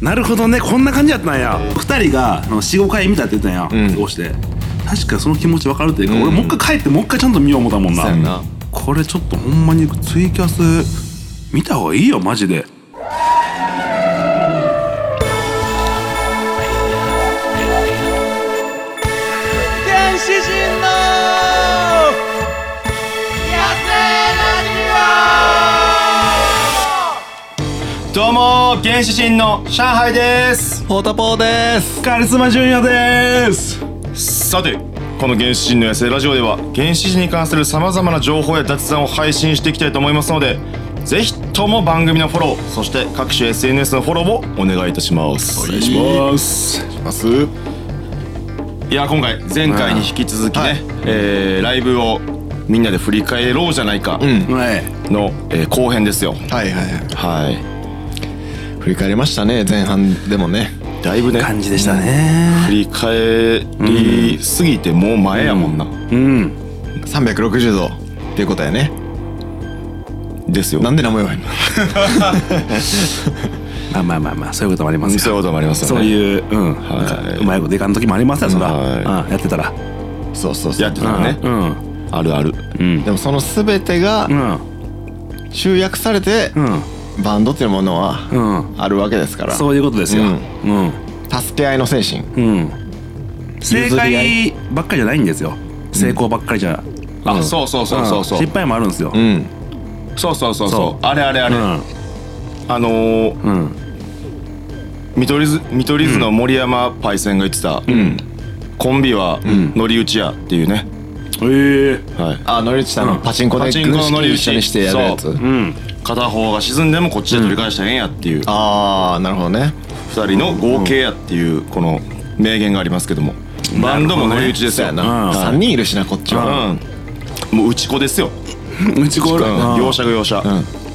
なるほどねこんな感じだったんや二人が45回見たって言ったんやうんどうして確かにその気持ち分かるっていうか俺もう一回帰ってもう一回ちゃんと見よう思ったもんそうやななこれちょっとほんまにツイキャス見た方がいいよマジで原始人のどうも原始人の上海ですポータポーですカリスマ純也ですさてこの原始人の野生ラジオでは原始人に関するさまざまな情報や雑談を配信していきたいと思いますのでぜひとも番組のフォローそして各種 SNS のフォローをお願いいたしますお願いしますますいや今回前回に引き続きね、はいえーライブをみんなで振り返ろうじゃないかうんはいの、えー後編ですよはいはいははいい振り返りましたね前半でもねだいぶね感じでしたね振り返りすぎてもう前やもんな、うん360度っていうことやねですよなんで名前はまあまあまあまあそういうこともありますよそういうこともありますよねそういううんはいなんかうまいこといかん時もありますよそらはうんやってたらそうそうそうやってたらねうんあるあるうんでもその全てがうん集約されてうんバンドっていうものはうんあるわけですからそういうことですよううん助け合いの精神うん正譲り解合ばっかりじゃないんですよ成功ばっかりじゃあそうそうそうそうそう失敗もあるんですようんそうそうそそうそううあれあれあれ、うんあのーうん見取り図見取り図の森山パイセンが言ってた、コンビは乗り打ちやっていうね、ええはい、あ乗り打ちたのパチンコでパチンコ軍の乗り打ち資一緒にしてやるやつそううん片方が沈んでもこっちで取り返したらええんやっていう、ああなるほどね二人の合計やっていうこの名言がありますけどもバンドも乗り打ちですそうよやなうなん3人いるしなこっちはうんもう打ち子ですようちこうれんうん業者が業者、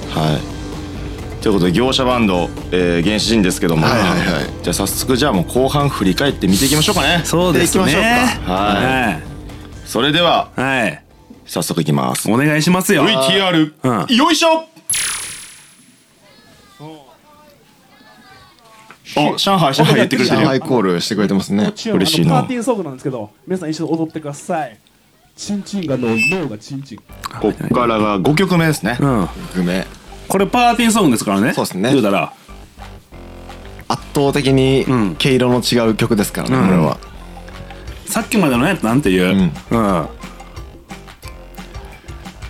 はいということで業者バンド、えー、原始人ですけども、はいはいはいじゃあ早速じゃあもう後半振り返って見ていきましょうかねそうですね行きましょはそれではいはい早速いきますお願いしますよ VTR、うんよいしょあ上海上海言ってくれてる上よ海コールしてくれてますねチューン嬉しいなあのパーティーソングなんですけど皆さん一緒に踊ってくださいチンチンが脳脳がチンチンこっからが5曲目ですね、うんグメこれパーティーソングですからねそうですね言うたら圧倒的にん毛色の違う曲ですからねこれはさっきまでのねなんていううん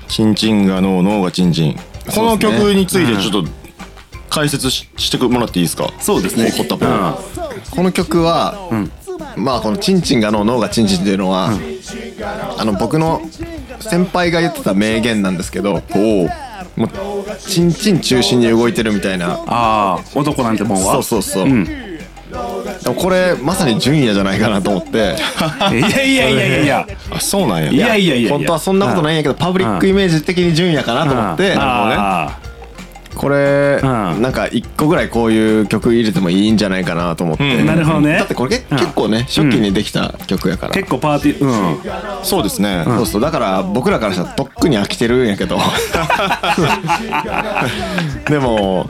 チンチンが脳脳がチンチンこのそうです曲ねについてちょっと解説ししてもらっていいですかそうですねこったうんこの曲は、まあこの「チンチンがの脳がチンチン」っていうのは、あの僕の先輩が言ってた名言なんですけどもうチンチン中心に動いてるみたいなああ男なんてもんはそうそうそう、んでもこれまさに純也じゃないかなと思っていやいやいやいやいやあそうなんや いやいやいやいや本当はそんなことないんやけどパブリックイメージ的に純也かなと思ってあーこれうんなんか一個ぐらいこういう曲入れてもいいんじゃないかなと思って、うんなるほどねだってこれけ結構ね初期にできた曲やから、結構パーティーうんそうですね、そうそうだから僕らからしたらとっくに飽きてるん やけどでも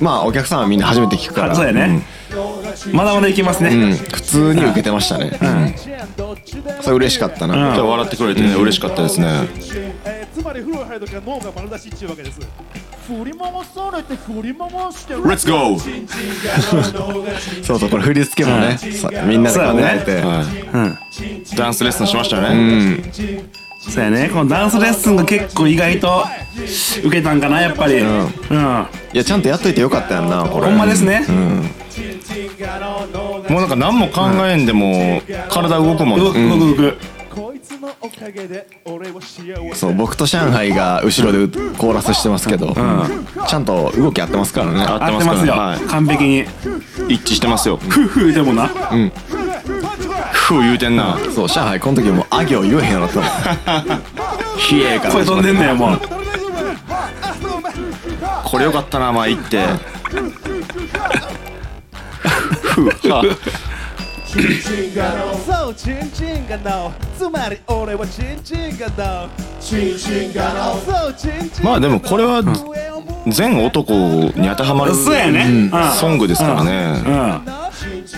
まあお客さんはみんな初めて聞くからそうやねまだまだいきますうんうんね普通に受けてましたね、うん、それ嬉しかったな、じゃあ笑ってくれてね、嬉しかったですねえーつまり風呂に入る時は脳が丸出しっちゅうわけです振り回されて振り回して Let's go! そうそうこれ振り付けもね、さみんなで考えて、はい、ダンスレッスンしましたよね、そうやねこのダンスレッスンが結構意外と受けたんかなやっぱりうんいやちゃんとやっといてよかったやんなこれほんまですねもうなんか何も考えんでも体動くもん、動く動く動く こいつのおかげで俺は幸せそう僕と上海が後ろでコーラスしてますけど、ちゃんと動き合ってますからねあ合ってますよ合ってますからね完璧に一致してますよ夫婦でもなふう言うてんなそう上海この時もうあ行言えへんようになったの冷えから声飛んでんねやもうこれよかったなまあ言ってふうはそうチンチンが脳つまり俺はチンチンが脳チンチンが脳そうチンチンまあでもこれは上を向全男に当てはまるそうやねんうんソングですからね、うん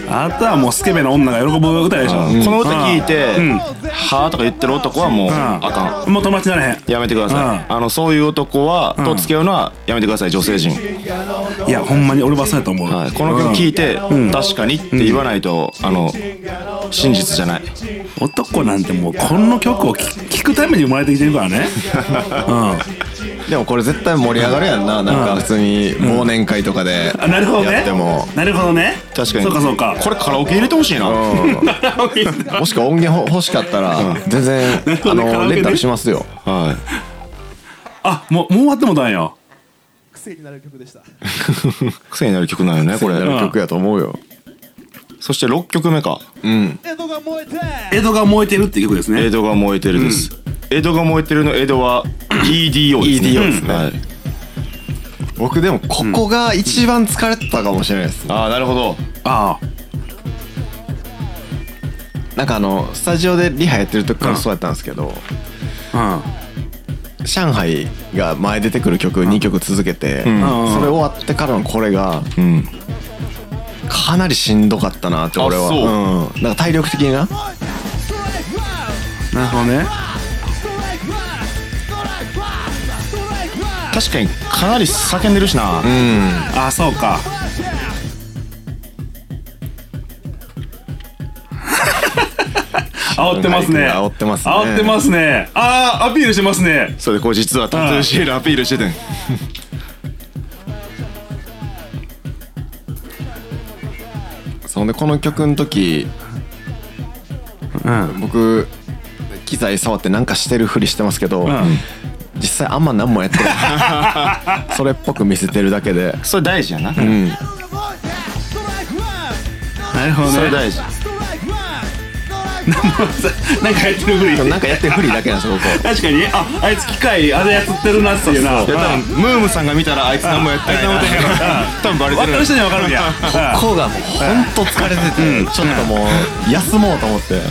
あとはもうスケベな女が喜ぶ歌でしょうんこの歌聞いてうん「はあ」とか言ってる男はもうあかんもう友達になれへんやめてくださいあのそういう男はと付き合うのはやめてください女性陣いやほんまに俺はそうやと思う、はいこの曲聴いて「確かに」って言わないとあの真実じゃないうん男なんてもうこの曲を聴聴くために生まれてきてるから ねうでもこれ絶対盛り上がるやんななんか普通に忘年会とかでんあなるほどねやってもなるほどね確かにそうかそうかこれカラオケ入れてほしいなはもしくは音源ほ欲しかったら全然あカラオケのねレンタルしますいよあもうもう終わってもうたんよ癖になる曲でした癖になる曲なんよねこレンタれル曲やと思うよそして6曲目か江戸が燃えて江戸が燃えてるっていう曲です江ね戸が燃えてるです。江戸が燃えてるの江戸は EDO ですね。 EDO ですねはい僕でもここが一番疲れてたかもしれないですああなるほど。あなんかあのスタジオでリハやってる時からそうやったんですけどあ上海が前出てくる曲2曲続けてそれ終わってからのこれがうん。かなりしんどかったなって俺あはそうんなんか体力的になうんなるほどね確かにかなり叫んでるしな。あそう か煽ってますね煽ってますね煽ってますねああアピールしてますねそれでこれ実は タトゥーシールアピールしててん。そんでこの曲の時うん僕機材触ってなんかしてるふりしてますけど、ん実際あんま何もやってない それっぽく見せてるだけでそれ大事やな。うんなるほどそれね大事。なんかやってるふりなんかやってるふりだけなんですよここ確かにああいつ機械あれやってるなっていうな多分ムームさんが見たらあいつ何もやってないな。多分バレて分かるる。人には分かるんやここがもう本当疲れてて、ちょっともう休もうと思って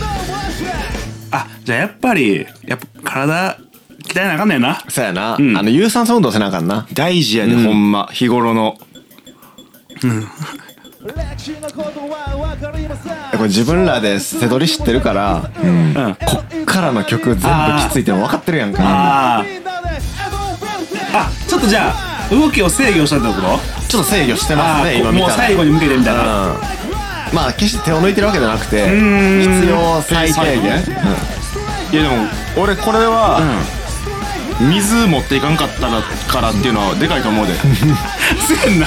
あじゃあやっぱりやっぱ体鍛えなあかんねんなそやな、んあの有酸素運動せなあかんな大事やでほんま日頃の。歴史のことはわかりませんこれ自分らで背取り知ってるから、うんこっからの曲全部きついって分かってるやんかあーみんなで江戸を燃あちょっとじゃあ動きを制御したってことちょっと制御してまあすねー今見もたうら最後に向けてみたいなうんまあ決して手を抜いてるわけじゃなくて必要最低限いやでも俺これは。水持っていかんかったらからっていうのはでかいと思う でせやんな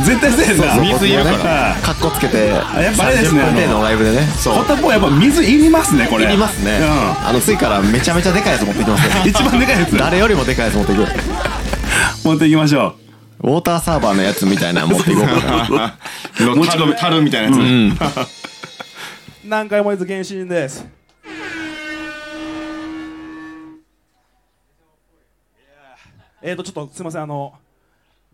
絶対せやんなそう水水いるか僕もねらあかっこつけてやっぱあれですね30分程度のライブでねーホタポーやっぱ水いりますねこれいりますねあの次からめちゃめちゃでかいやつ持ってきますようん一番でか いやつ誰よりもでかいやつ持っていくウ持っていきましょォーターサーバーのやつみたいなの持っていこうかな のタルタルみたいなやつ、え何回も言うと原始人ですえーとちょっとすいませんあの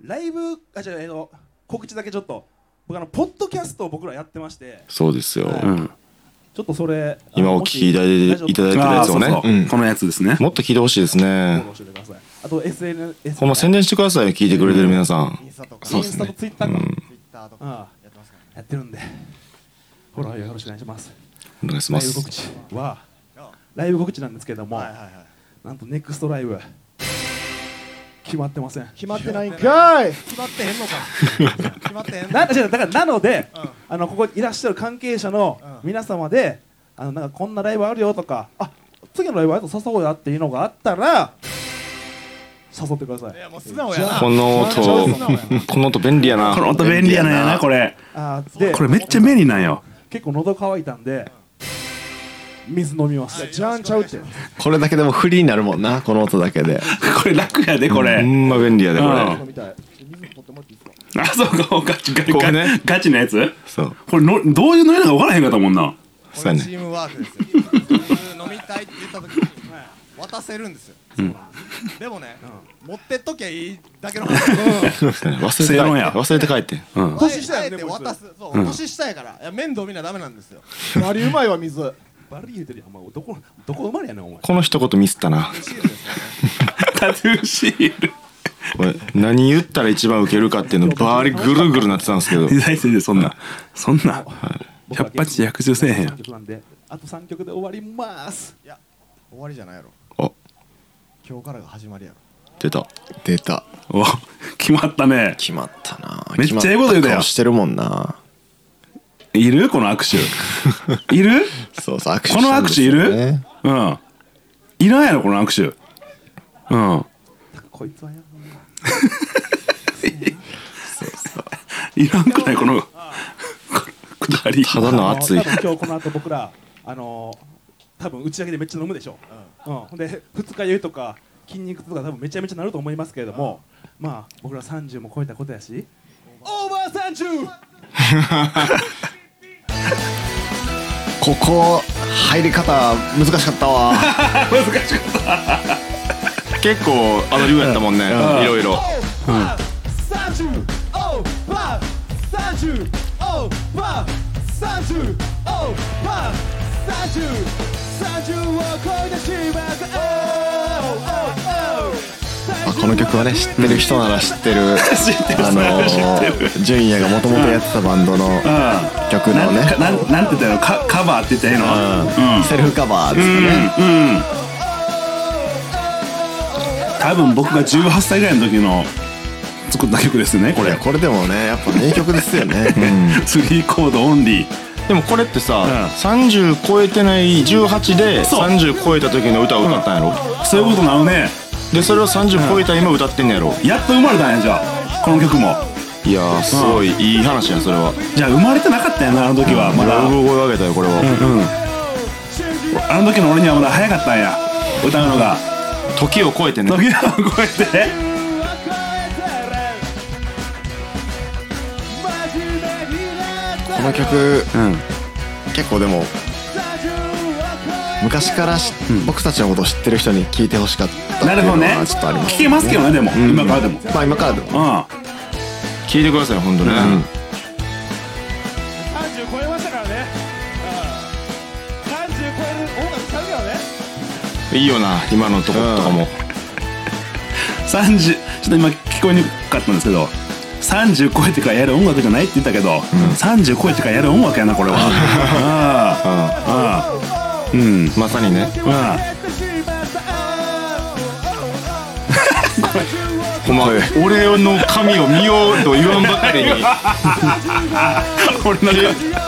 ライブあ違うえーと告知だけちょっと僕あのポッドキャストを僕らやってましてそうですよ、う、うん、ちょっとそれあの今お聞もしきいただいラジオていただいてるあやあつそをうねそう、うんこのやつですねもっと聞いてほしいですね教えてくださいあと SNS ほんま宣伝してくださいよ聞いてくれてる皆さんインスタとツイッターか、ツイッターとかやってますか、やってるんでフォローよろしくお願いしますお願いしラまイブす告知はライブ告知なんですけども、なんとネクストライブ決まってません決まってないんかい決まってへんのか 決まってへんのな違うだからなので、あのここにいらっしゃる関係者の皆様で、あのなんかこんなライブあるよとかあ次のライブあと誘おうやっていうのがあったら誘ってくださいいやもう素直やなこの音素直やなこの音便利やなこの音便利やなやなこれあーでこれめっちゃ便利なんよ結構喉乾いたんで水飲みますじゃんちゃうってこれだけでもフリーになるもんなこの音だけでこれ楽やでこれ、ほんま便利やでこれ、うん飲みたい水取ってもらっていいですかあそうかガチガこガ,、れねガチなやつそうこれのどういうのやのか分からへんかったもんなこそうれやチねームワークですよ普通飲みたいって言った時に渡せるんですよでもね持ってっときゃいいだけの話そうやね忘れせてやろ帰んってや忘れて帰って年下やね渡すそう年下やからいや面倒見なダメなんですよバリうまいわ水バリ言うてるやんお前どこどこ生まれやねんお前この一言ミスったなタトゥーシールこれ何言ったら一番ウケるかっていうのバリぐるぐるなってたんですけど大丈夫そんなそんな百発百中せえへん曲なんであと3曲で終わります終わりじゃないやろあ今日からが始まりやろ出た出たお決まったね決まったなめっちゃええこと言うたよ決まった顔してるもんないるこの握手いるそうそう握手この握手いしたる、んですよねうんいらんやろこの握手うんこいつはやばいないらんくないこのくだりただの熱いあの多分今日この後僕らあのー、多分打ち上げでめっちゃ飲むでしょう、うんほんで二日酔いとか筋肉とか多分めちゃめちゃなると思いますけれどもまあ僕ら30も超えたことやしオーバー 30! ここ入り方難しかったわ結構アドリブやったもんねいろいろあこの曲はね知ってる人なら知ってるってるあのー純也がもともとやってたバンドの曲なのんねかなんなんて言ったらいいのカカバーって言ったらいいのセルフカバーですよね多分僕が18歳ぐらいの時の作った曲ですねここ れれこれでもねやっぱ名曲ですよねうん3コードオンリーでもこれってさう30超えてない18でそう30超えた時の歌を歌ったんやろそういうことなのねでそれを30超えた今歌ってんねやろやっと生まれたんやじゃあこの曲もいやーすごいいい話やそれはじゃあ生まれてなかったんやなあの時はまだブログを上げたよこれはあの時の俺にはまだ早かったんや歌うのが時を超えてね時を超えてこの曲うん結構でも昔からし僕たちのことを知ってる人に聞いてほしかったっていなるうほどのねはちょっとありま聞すけますけどねでも今からでもまあ今からでもうん聞いてください本当ね30超えましたからねうん30超える音楽使うけどねいいよな今のとことかも30ちょっと今聞こえにくかったんですけど30超えてからやる音楽じゃないって言ったけど、30超えてからやる音楽やなこれはああああうんまさ にねまあお前俺の髪を見ようと言わんば かりに俺なんか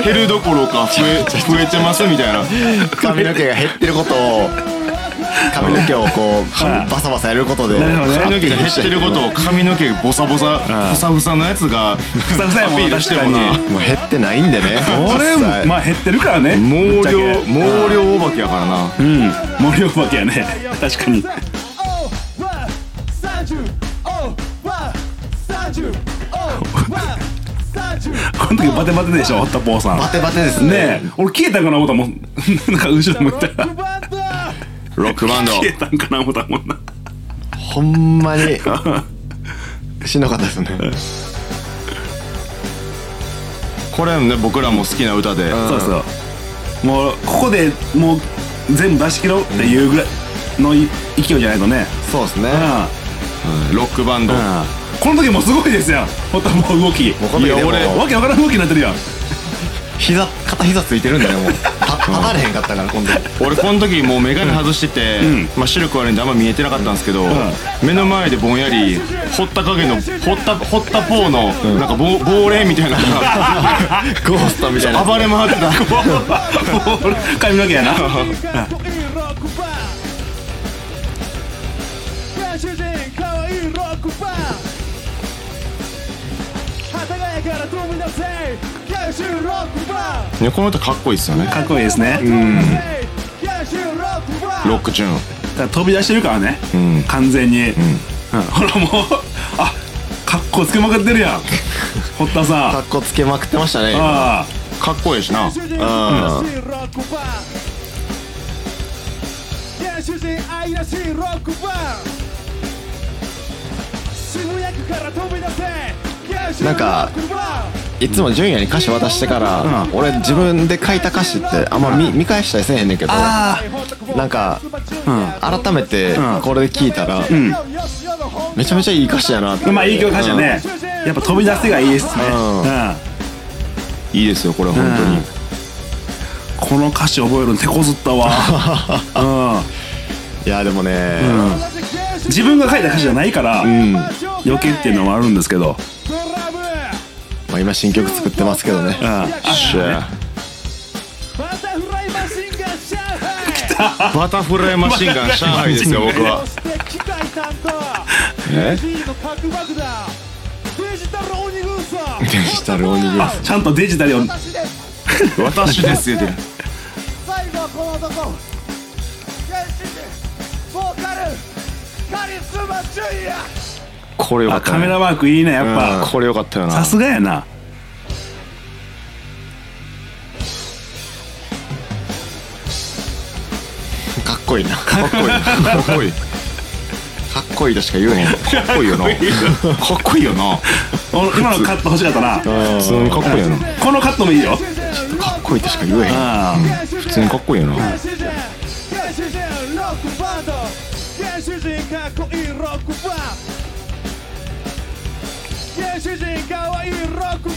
へ減るどころか増え増えてますみたいな髪の毛が減ってることを髪の毛をこうバサバサやることでなるほどね髪の毛が減ってることを髪の毛ボサボサふさふさのやつがふさふさやもんなして もなもう減ってないんでね俺実際まあ減ってるからね毛ぶっちゃけ量毛量お化けやからなうん森お化けやね確かにこの時バテバテでしょタポーさんバテバテですねねえ俺消えたんかな思ったもん なんか後ろ向いたらロックバンド消えたんかな思ったもんなほんまにしんどかったですねこれね僕らも好きな歌でそうそうもうここでもう全部出し切ろうっていうぐらいのい勢いじゃないとねそうですねうんロックバンドこの時もすごいですよほんともう動きこの時でもいや俺わけわからん動きになってるやん膝片膝ついてるんだよもうた立たれへんかったから今度俺この時もう眼鏡外してて、まあ、視力悪いんであんま見えてなかったんですけど、目の前でぼんやり掘った影の掘った掘った方のなんかぼ亡霊みた いなのがゴーストみたいな暴れ回ってた髪の毛やなねこの歌かっこいいっすよねかっこいいですねうんロックチューンだから飛び出してるからねん完全にうんほらもうあかっこつけまくってるやん堀田さん格好つけまくってましたねああかっこいいしなうんなんかいつも純也に歌詞渡してから、俺自分で書いた歌詞ってあんま見,、見返したりせえへんねんけどなんか、改めてこれで聞いたら、んめちゃめちゃいい歌詞やなってまあいい曲歌詞だねやっぱ飛び出せがいいですねうんうんいいですよこれ本当に、うんこの歌詞覚えるの手こずったわうんいやでもね、自分が書いた歌詞じゃないからうんま余計っていうのもあるんですけどあ、今新曲作ってますけどねうんあしゃバタフライマシンガン上海ですよ僕はえデ ジタル鬼軍あちゃんとデジタルを私ですよで最後はこの男原始人ボーカルカリスマジュニアこれよかあったカねメラワークいいねやっうんぱこれよかったよなさすがやなかっこいいなかかっこいいかっこいいっこいいとしか言うねんかっこいいよなかっこいいよなお今のカット欲しかったな普通にかっこいいよなこのカットもいいよかっこいいとしか言えへんあ普通にかっこいいよな原始人原始人ロックバンド原始人かっこいいロックバンド原始人かわいいロックバンド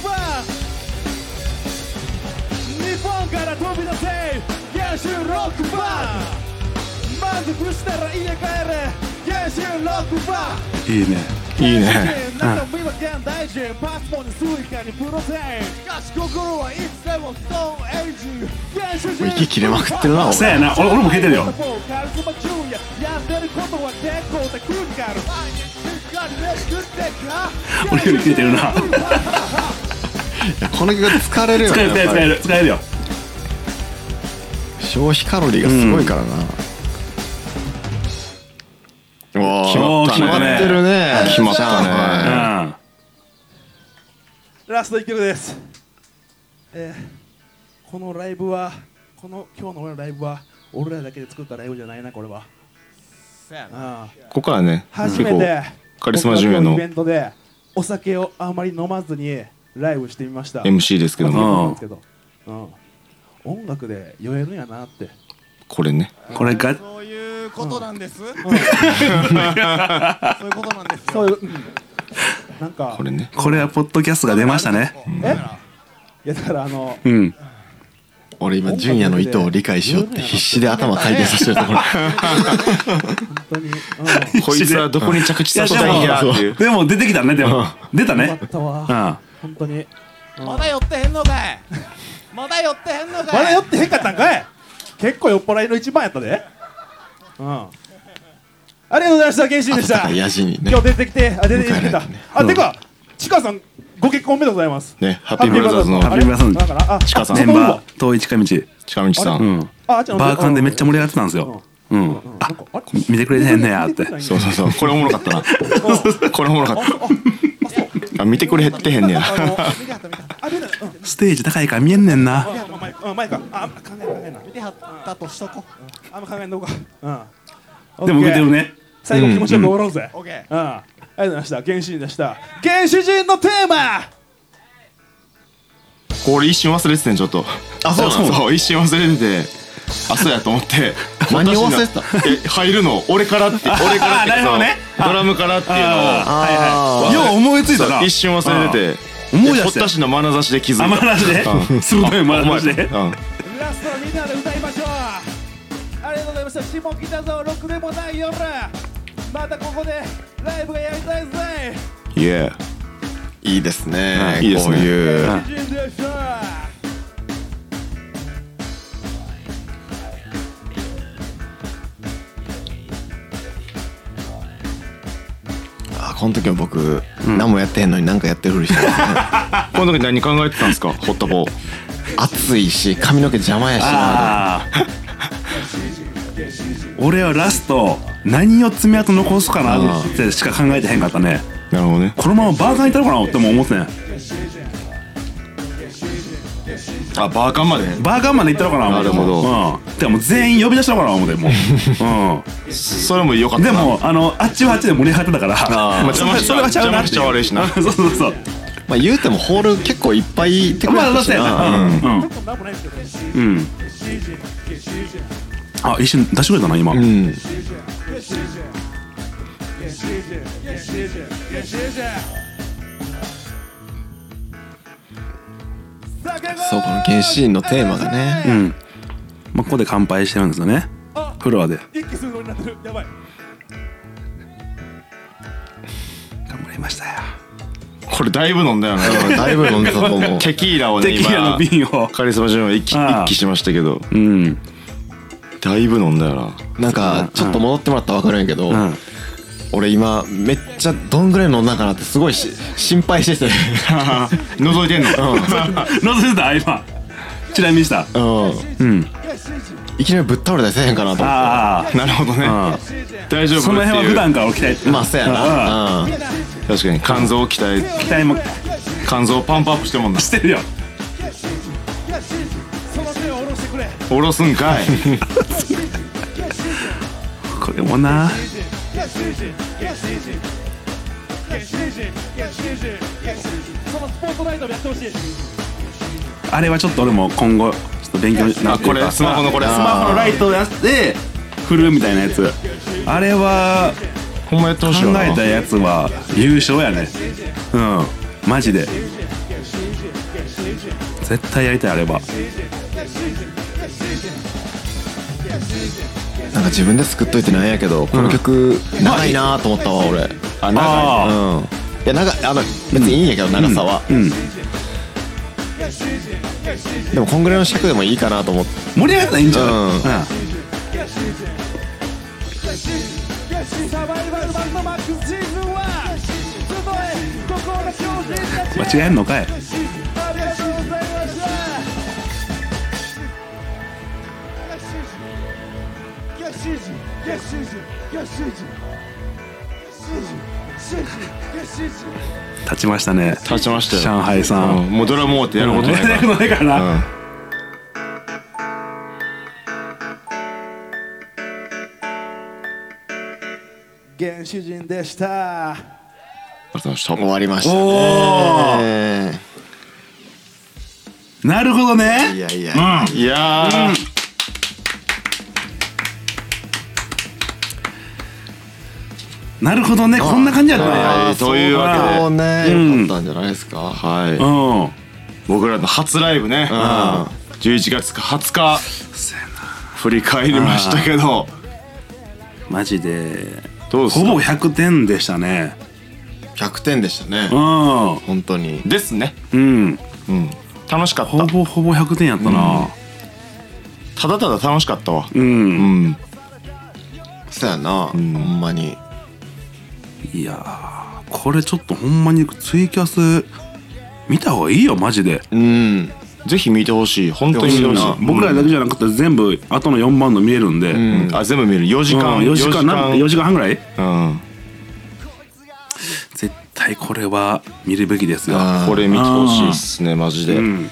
日本から飛び出せ原始ロックバンド満足したら家帰れ原始ロックバンドいいねいい中身ねは現代人パスポにスイカにプロテインしかし心はいつでもストーンエイジ原始人息切れまくってるなおいそうやな俺俺も聞いてるよカリスマジュニアやってることは結構でクリティカル毎日しっかり飯食ってか俺より切れてるなやこの曲疲れるよ使ねえる使えるやっぱ使えりる使えるよ消費カロリーがすごいからな、うわ決まおっーた決ねまったねってるね決まったねうはんラスト1曲です、えーこのライブはこの今日の俺のライブは俺らだけで作ったライブじゃないなこれはせやなああここからね初め結てカリスマジュニアの僕が今日イベントでお酒をあまり飲まずにライブしてみました構 MC ですけどうんもなんですけど、うん、音楽で酔えるんやなってこれねこれがそういうことなんです、そういうことなんですよそういう、うんなんかこれねこれはポッドキャストが出ましたねえいやだからあのうんい俺今純也の意図を理解しようって必死で頭回転させてるところ本当に、うん、よこいつ はどこに着地いやさでせたいんやっていうもでも出てきたねでも出たかねったう わんま本当にまだ寄ってへんのかいまだ寄ってへんのかいまだ酔ってへんかったんかい結構酔っ払いの一番やったでうんありがとうございました謙信でしだかたらヤジにね今日出てきてあ出てきてた迎えられてねあてかちかさんご結婚おめでとうございますねハッピーブラザーズのハッピーブラザーズのあれだからあちかさんあメンバー遠い近道近道さうんんああちゃんバーカンでめっちゃも盛り上がってたんですようんあ見てくれてへんねやってそうそうそうこれおもろかったなこれおもろかったあ見てくれってへんねや見てはった見てはったあ出たうんステージ高いから見えんねんな あ前うん前かあ考えな考えな見てはったとしとこあんま考えんとこかうんでも受けてるね最後気持ちよく終わろうぜオッケーうんありがとうございました原始人でした原始人のテーマこれ一瞬忘れててんちょっとあそうなのそう一瞬忘れててあそうやと思って何を忘れてたてた入るの俺からって俺からあってーなるほどねそのドラムからっていうのはいあはいよう思いついたなをそう一瞬忘れてて思いで出堀して田氏の眼差しで気づいた甘なしでうん鋭い眼差しでうんラストはみんなで歌いましょうありがとうございました下北沢ろくでもない夜またここでライブがやりたいぜ Yeah いいですねうんいいですねこういう、うん原始人でした あこの時は僕、何もやってへんのに何かやってるふりしてます ねこの時何考えてたんですか堀田坊暑いし髪の毛邪魔やしなああ俺はラスト何を爪痕残すかなってしか考えてへんかったねなるほどねこのままバーカン行ったのかなっても思ってねあバーカンまでバーカンまで行ったのかな思ってなるほうんてかもう全員呼び出したのかな思ってもううそれも良かっんたでなもあのあっちはあっちで盛り上がってたからあーまあ邪魔しち ゃそれはちゃうなってい邪魔しちゃ 悪いしなそうそうそうまあ言うてもホール結構いっぱいいてくれまあた確しな、かになうんうんうんあ一瞬出してくれたな今うん、そうこの原始人のテーマがねうんまあ、ここで乾杯してるんですよねあフロアで一気するようになってるやばい頑張りましたよこれだいぶ飲んだよねだいぶ飲んでたと思う テキーラをねテキーラの瓶を今カリスマジュンは一気ああ一気しましたけどうんだいぶ飲んだよななんかちょっと戻ってもらったら分かるんやけど、うん俺今めっちゃどんぐらい飲んだかなってすごいし心配してて覗いてんの なぜだ今チラ見したうんうんいきなりぶっ倒れたりせえへんかなと思っあなるほどねあ大丈夫その辺は普段から起きたいてまあそうやうんな、うん、確かに肝臓を鍛え期待も肝臓をパンプアップしてるもんなしてるよ下ろすんか いこれもなそのスポットライトをやってほしいあれはちょっと俺も今後ちょっと勉強になあってるこれスマホのこれスマホのライトをやって振るみたいなやつあれはほんまやって考ほしいよなえたやつは優勝やねうんマジで絶対やりたいあればなんか自分で作っといてないんやけどこの曲長いなと思ったわ俺あ長いうんいや長いあの別にいいんやけど長さは、うんでもこんぐらいの尺でもいいかなと思って盛り上がったらいいんじゃないうんうサバイバルマンのマックスシーズンはここが超人たちん間違えんのかいありがとうございました立ちましたね立ちましたよ上海さんうんもうドラム王ってやることないからやることないからな原始人でしたありがとうございました終わりましおたねおえなるほどーいねやいや、うんいやーなるほどねこんな感じやったあねーというわけでそうね、うんよかったんじゃないですかはうんい僕らの初ライブね11月20日そやな振り返りましたけどマジでどうですほかぼ100点でしたね100点でしたねうん本当にですねうんうん楽しかっほぼほぼ100点やったなたただただ楽しかったわうん、うんそうやな、ほんまにいやーこれちょっとほんまにツイキャス見た方がいいよマジでうんぜひ見てほしい本当に見てほしい僕らだけじゃなくて全部後の4番の見えるんで、ううんあ全部見る4時間4時間なん4四時間半ぐらいうん絶対これは見るべきですよあーこれ見てほしいっすねマジでうん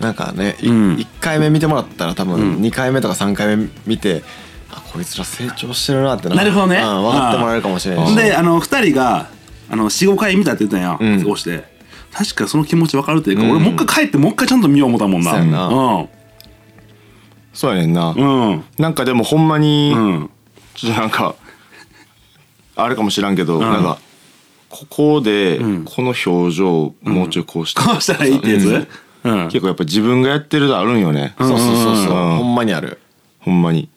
なんかね、いうん一1回目見てもらったら多分2回目とか3回目見て、あこいつら成長してるなってなるほどねうん分かってもらえるかもしれないしであの2人があの45回見たって言ったんや、ん過ごして確かその気持ち分かるというか、俺もう一回帰ってもう一回ちゃんと見よう思ったもんなそうやなそうやねんなうんうんなんかでもほんまにうんちょっとなんかあれかもしらんけど、なんかここでんこの表情をもうちょいこうして、こうしたらいいってやつうん、結構やっぱ自分がやってるのあるんよね、そうそうそうそう、うんほんまにあるほんまに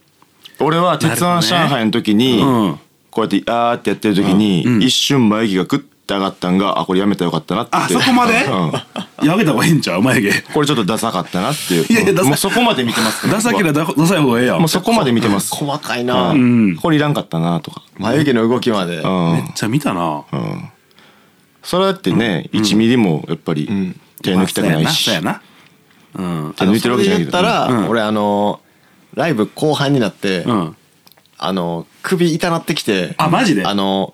俺は「鉄腕上海」の時に、うんこうやってあーってやってる時に、ん一瞬眉毛がグッて上がったんがあこれやめたらよかったなってあそこまでうんやめた方がいいんちゃう眉毛これちょっとダサかったなっていういやいやダサいもうそこまで見てますダサけりゃ僕ダダサい方がええやはんもめうっそこまで見てます細かいな、んこれいらんかったなとか眉毛の動きまで、うんちゃ見たなそれだってね、1ミリもやっぱり手抜きたくないし、まあそうやなそうやなうん手抜いてるわけじゃない言けどったら、うん俺あのライブ後半になって、うんあの首痛なってきてあマジであの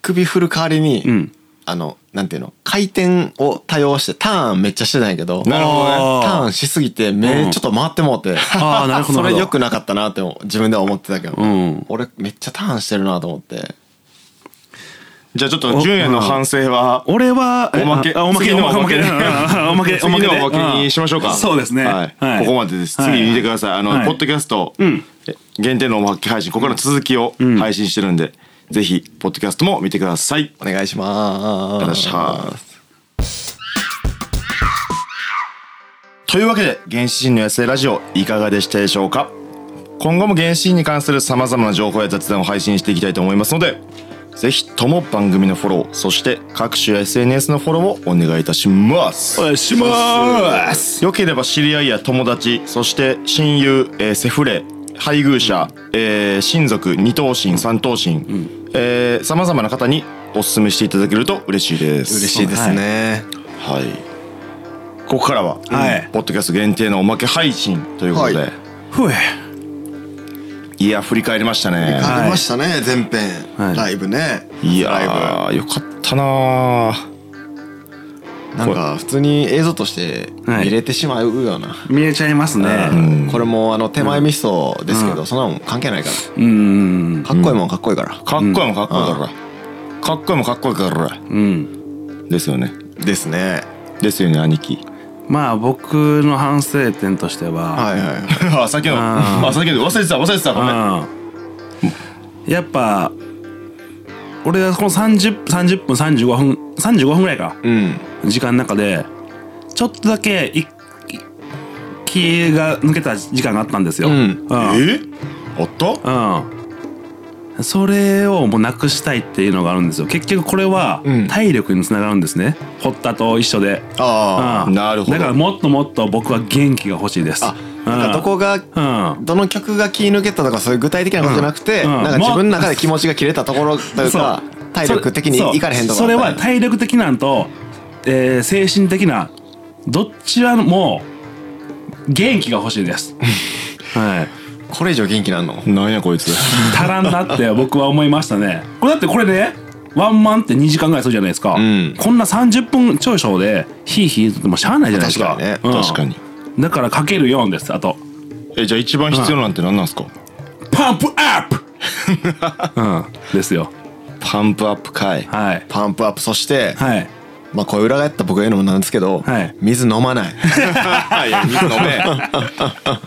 首振る代わりに、うんあのなんていうの回転を多用してターンめっちゃしてたんやけどなるほどねあーターンしすぎてうん目ちょっと回ってもうて、あーなるほど なるほどそれ良くなかったなって自分では思ってたけど、うん俺めっちゃターンしてるなと思ってじゃあちょっと純也の反省は俺はえおまけああおまけ次のおまけおまけおまけおまけ 次でのおまけにしましょうかんそうですねはいここまでです次見てくださいあのはいポッドキャストうん限定の音楽配信ここからの続きを配信してるんで、ぜひポッドキャストも見てください。お願いしまお願いします。というわけで原始人の野生ラジオいかがでしたでしょうか今後も原始人に関するさまざまな情報や雑談を配信していきたいと思いますのでぜひとも番組のフォローそして各種 SNS のフォローをお願いいたしますお願いしますよければ知り合いや友達そして親友、えーセフレ配偶者、えー親族二等身三等身さまざまな方にお勧めしていただけると嬉しいです嬉しいですね、はいここからは、はいポッドキャスト限定のおまけ配信ということで、はいい、ふえや振り返りましたねありましたね前編、はいライブねいラやーよかったなーイブなんか普通に映像として見れてしまうような、見えちゃいますねうんこれもあの手前味噌ですけど、そんなもん関係ないかうんうんらかっこいいもんかっこいいから、かっこいいもんかっこいいから、かっこいいもんかっこいいからうんですよねですねですよね兄貴まあ僕の反省点としては、はいはい あさっきのあーあさっきの忘れてた忘れてたごめうんんやっぱ俺がこの 30, 30分35分35分ぐらいかうん時間の中でちょっとだけいい気が抜けた時間があったんですよ、うんうんえあったうんそれをもうなくしたいっていうのがあるんですよ結局これはうん体力につながるんですね、堀田と一緒であうんなるほどだからもっともっと僕は元気が欲しいですああなんかどこがうんどの曲が気抜けたとかそういう具体的なことじゃなくて、うんうんなんか自分の中で気持ちが切れたところというかそう体力的にそういかれへんとかそれは体力的なんと、えー精神的などっちらも元気が欲しい です、はい、これ以上元気なんのなんやこ いつ足らんなって僕は思いましたねこれだってこれねワンマンって2時間ぐらいするじゃないですか、んこんな30分ちょいショーでヒーヒー言っててもしゃあないじゃないですか確かにねうん確かにだからかける4ですあとえじゃあ一番必要なんて何なんすかパンプア ップ、うん、ですよパンプアップかいはいパンプアップそして、はいまあこういう裏返った僕が言うのもなんですけど、はい水飲まないいや水飲め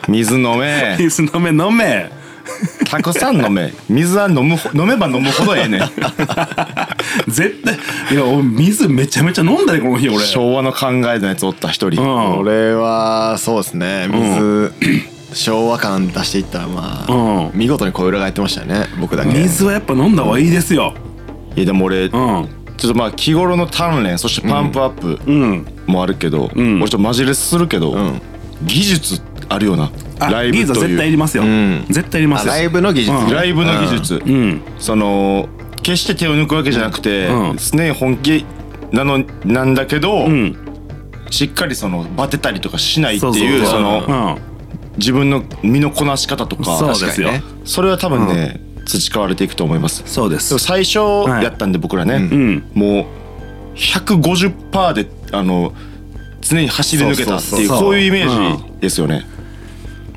水飲 め水 飲め飲め たくさん飲め水は飲むほ飲めば飲むほどええ ねん絶対いや俺水めちゃめちゃ飲んだねこの日俺昭和の考えのやつおった一人、うん俺はそうですね水、 昭和感出していったらまあ、うん見事にこう裏返ってましたよね僕だけ水はやっぱ飲んだ方がいいですよいやでも俺、うちょんっとまあ日頃の鍛錬そしてパンプアッうプんもあるけど、ん俺ちょっとマジレスするけど、ん技術あるよなあライリーブザと絶対いいりうますよ、ん絶対いりまあすよライブの技術、うんライブの技術、うんその決して手を抜くわけじゃなくて、うん常に本気なのなんだけど、うんしっかりそのバテたりとかしないっていうそそうの、うん自分の身のこなし方とかそうですよ確それは多分ね、培われていくと思いますそうですでも最初やったんで僕らね、うんもう150%であの常に走り抜けたっていうそうそうそうこういうイメージですよね、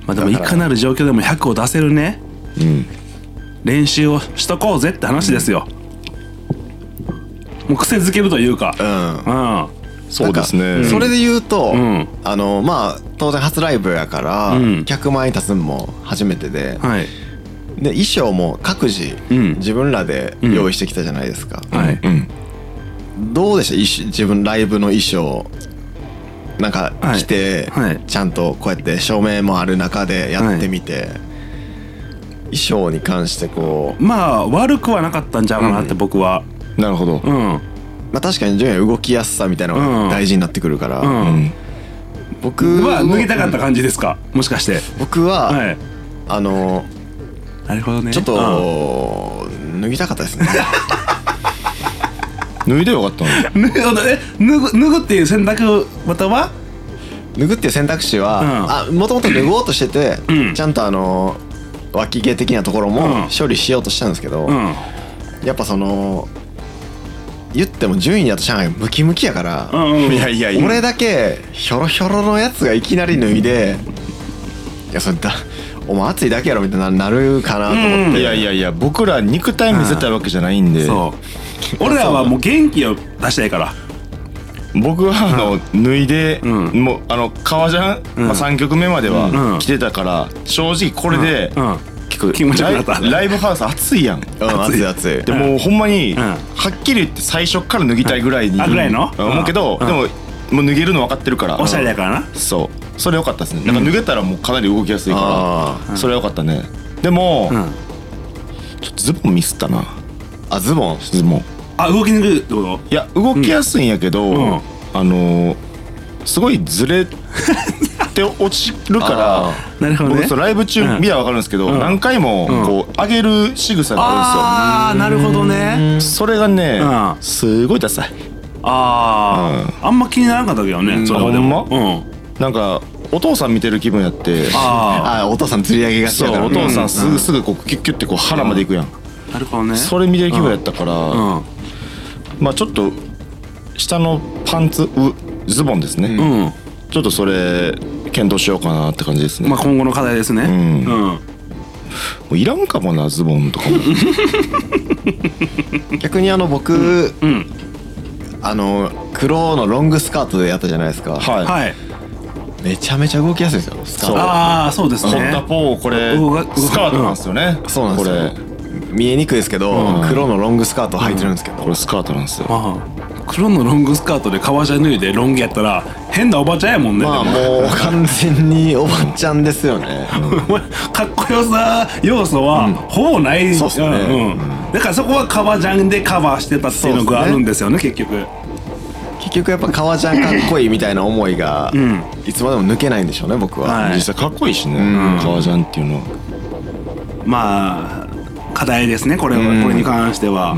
まあでもいかなる状況でも100を出せるね練習をしとこうぜって話ですよもう癖づけるというかうんうんそうですねそれで言うと、んあのまあ当然初ライブやから、うん客前に立つのも初めてで,、はいで衣装も各自、うん自分らで用意してきたじゃないですか、はいうんどうでした衣装自分ライブの衣装なんかはい着て、はいちゃんとこうやって照明もある中でやってみて、衣装に関してこう、まあ悪くはなかったんちゃうかなって僕はなるほど、うんまあ、確かに順位動きやすさみたいなのが大事になってくるから、うん僕はも脱ぎたかった感じですかもしかして僕は、はいあのなるほどねちょっと脱ぎたかった ですね脱いでよかったのうん脱ぐえ脱ぐ脱ぐっていう選択または脱ぐっていう選択肢はうもともと脱ごうとしてて、うんちゃんとあの脇毛的なところうんも処理しようとしたんですけど、うんやっぱその言っても順位だと上海ムキムキやから、うんうんいやいやいや俺だけひょろひょろのやつがいきなり脱いでいやそれだお前暑いだけやろみたいななるかなと思って、いやいやいや僕ら肉体見せたいわけじゃないんでそう俺らはもう元気を出したいから僕はあの脱いで、んもうあの革ジャン、んまあ、3曲目までうはん着てたから正直これでうん結構気持ちよラくなっイたライブハウス暑いやんうん熱い熱いでもうほんまに、んはっきり言って最初から脱ぎたいぐらいにあぐらいのうん思うけど、うんでももう脱げるの分かってるからおしゃれだからなそうそれ良かったですねなんか脱げたらもうかなり動きやすいあから、それ良かったねでも、んちょっとズボンミスったなあズボンズボンあ動きにくいってこいや動きやすいんやけど、んうんあのーすごいずれて落ちるかあらとなるほどね僕そうライブ中うん見たら分かるんですけど、ん何回もこう上げる仕草があああなるほどねるんですよそれがねうんすごいダサいあああんま気にならなかったけどねそれはでもほうんなんかお父さん見てる気分やってああお父さん釣り上げがちそだかうらお父さんすぐすぐこうキュッキュッてこう腹までいくや んあなるほどねそれ見てる気分やったからうんまあちょっと下のパンツうズボンですねうんちょっとそれ検討しようかなって感じですねまあも今後の課題ですねんうんういらんかもなズボンとかも逆にあの僕うんあの黒のロングスカートでやったじゃないですかはいはいめちゃめちゃ動きやすいですよスカートああそうですホねッタポーこれ動か動かスカートなんですよねそうなんですよこ見えにくいですけど黒のロングスカート履いてるんですけれどこれスカートなんですよああ黒のロングスカートで革ジャン脱いでロン毛やったら変なおばちゃんやもんねまあもう 完全におばちゃんですよねでも かっこよさ要素はほぼないそうっすねんうんだからそこは革ジャンでカバーしてたっていうのがあるんですよね結局結局やっぱ革ジャンかっこいいみたいな思いがんいつまでも抜けないんでしょうね僕ははい実際かっこいいしねん革ジャンっていうのはまあ課題ですねこれはうんこれに関しては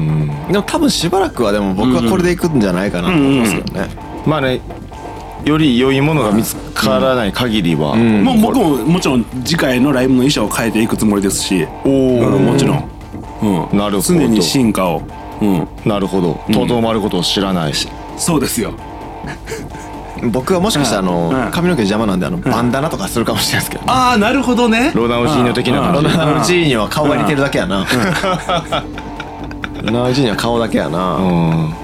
でも多分しばらくはでも僕はこれでいくんじゃないかなと思いますけどねまあねより良いものが見つからない限りはんもう僕ももちろん次回のライブの衣装を変えていくつもりですしおうんおもちろんうんなるほど常に進化をうんなるほどとどまることを知らないしそうですよ僕はもしかしたらあのうん髪の毛邪魔なんであのバンダナとかするかもしれないですけどああなるほどねロナウジーニョ的なああ感じロナウジーニョは顔が似てるだけやなロナウジーニョは顔だけやうなん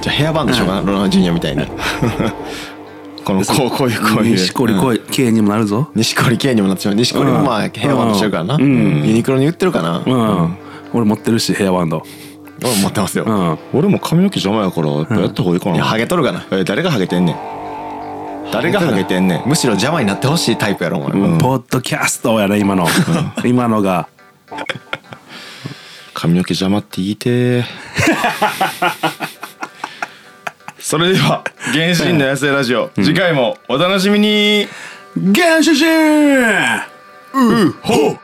じゃあヘアバンドしようかなロナウジーニョみたいに このこうこういうこういうしこりうん声系にもなるぞ錦織圭にもなってしまう錦織もまあヘアバンドしてるからなうんユニクロに売ってるかなうん俺持ってるしヘアバンド俺持ってますようん俺も髪の毛邪魔やからやっぱやった方がいいかいやハなゲとるかなえ誰がハゲてんねん誰がハゲてんねんむしろ邪魔になってほしいタイプやろお前ポッドキャストやな今の今のが髪の毛邪魔って言いて ーそれでは「原始人の野生ラジオ」次回もお楽しみに原始人うほっ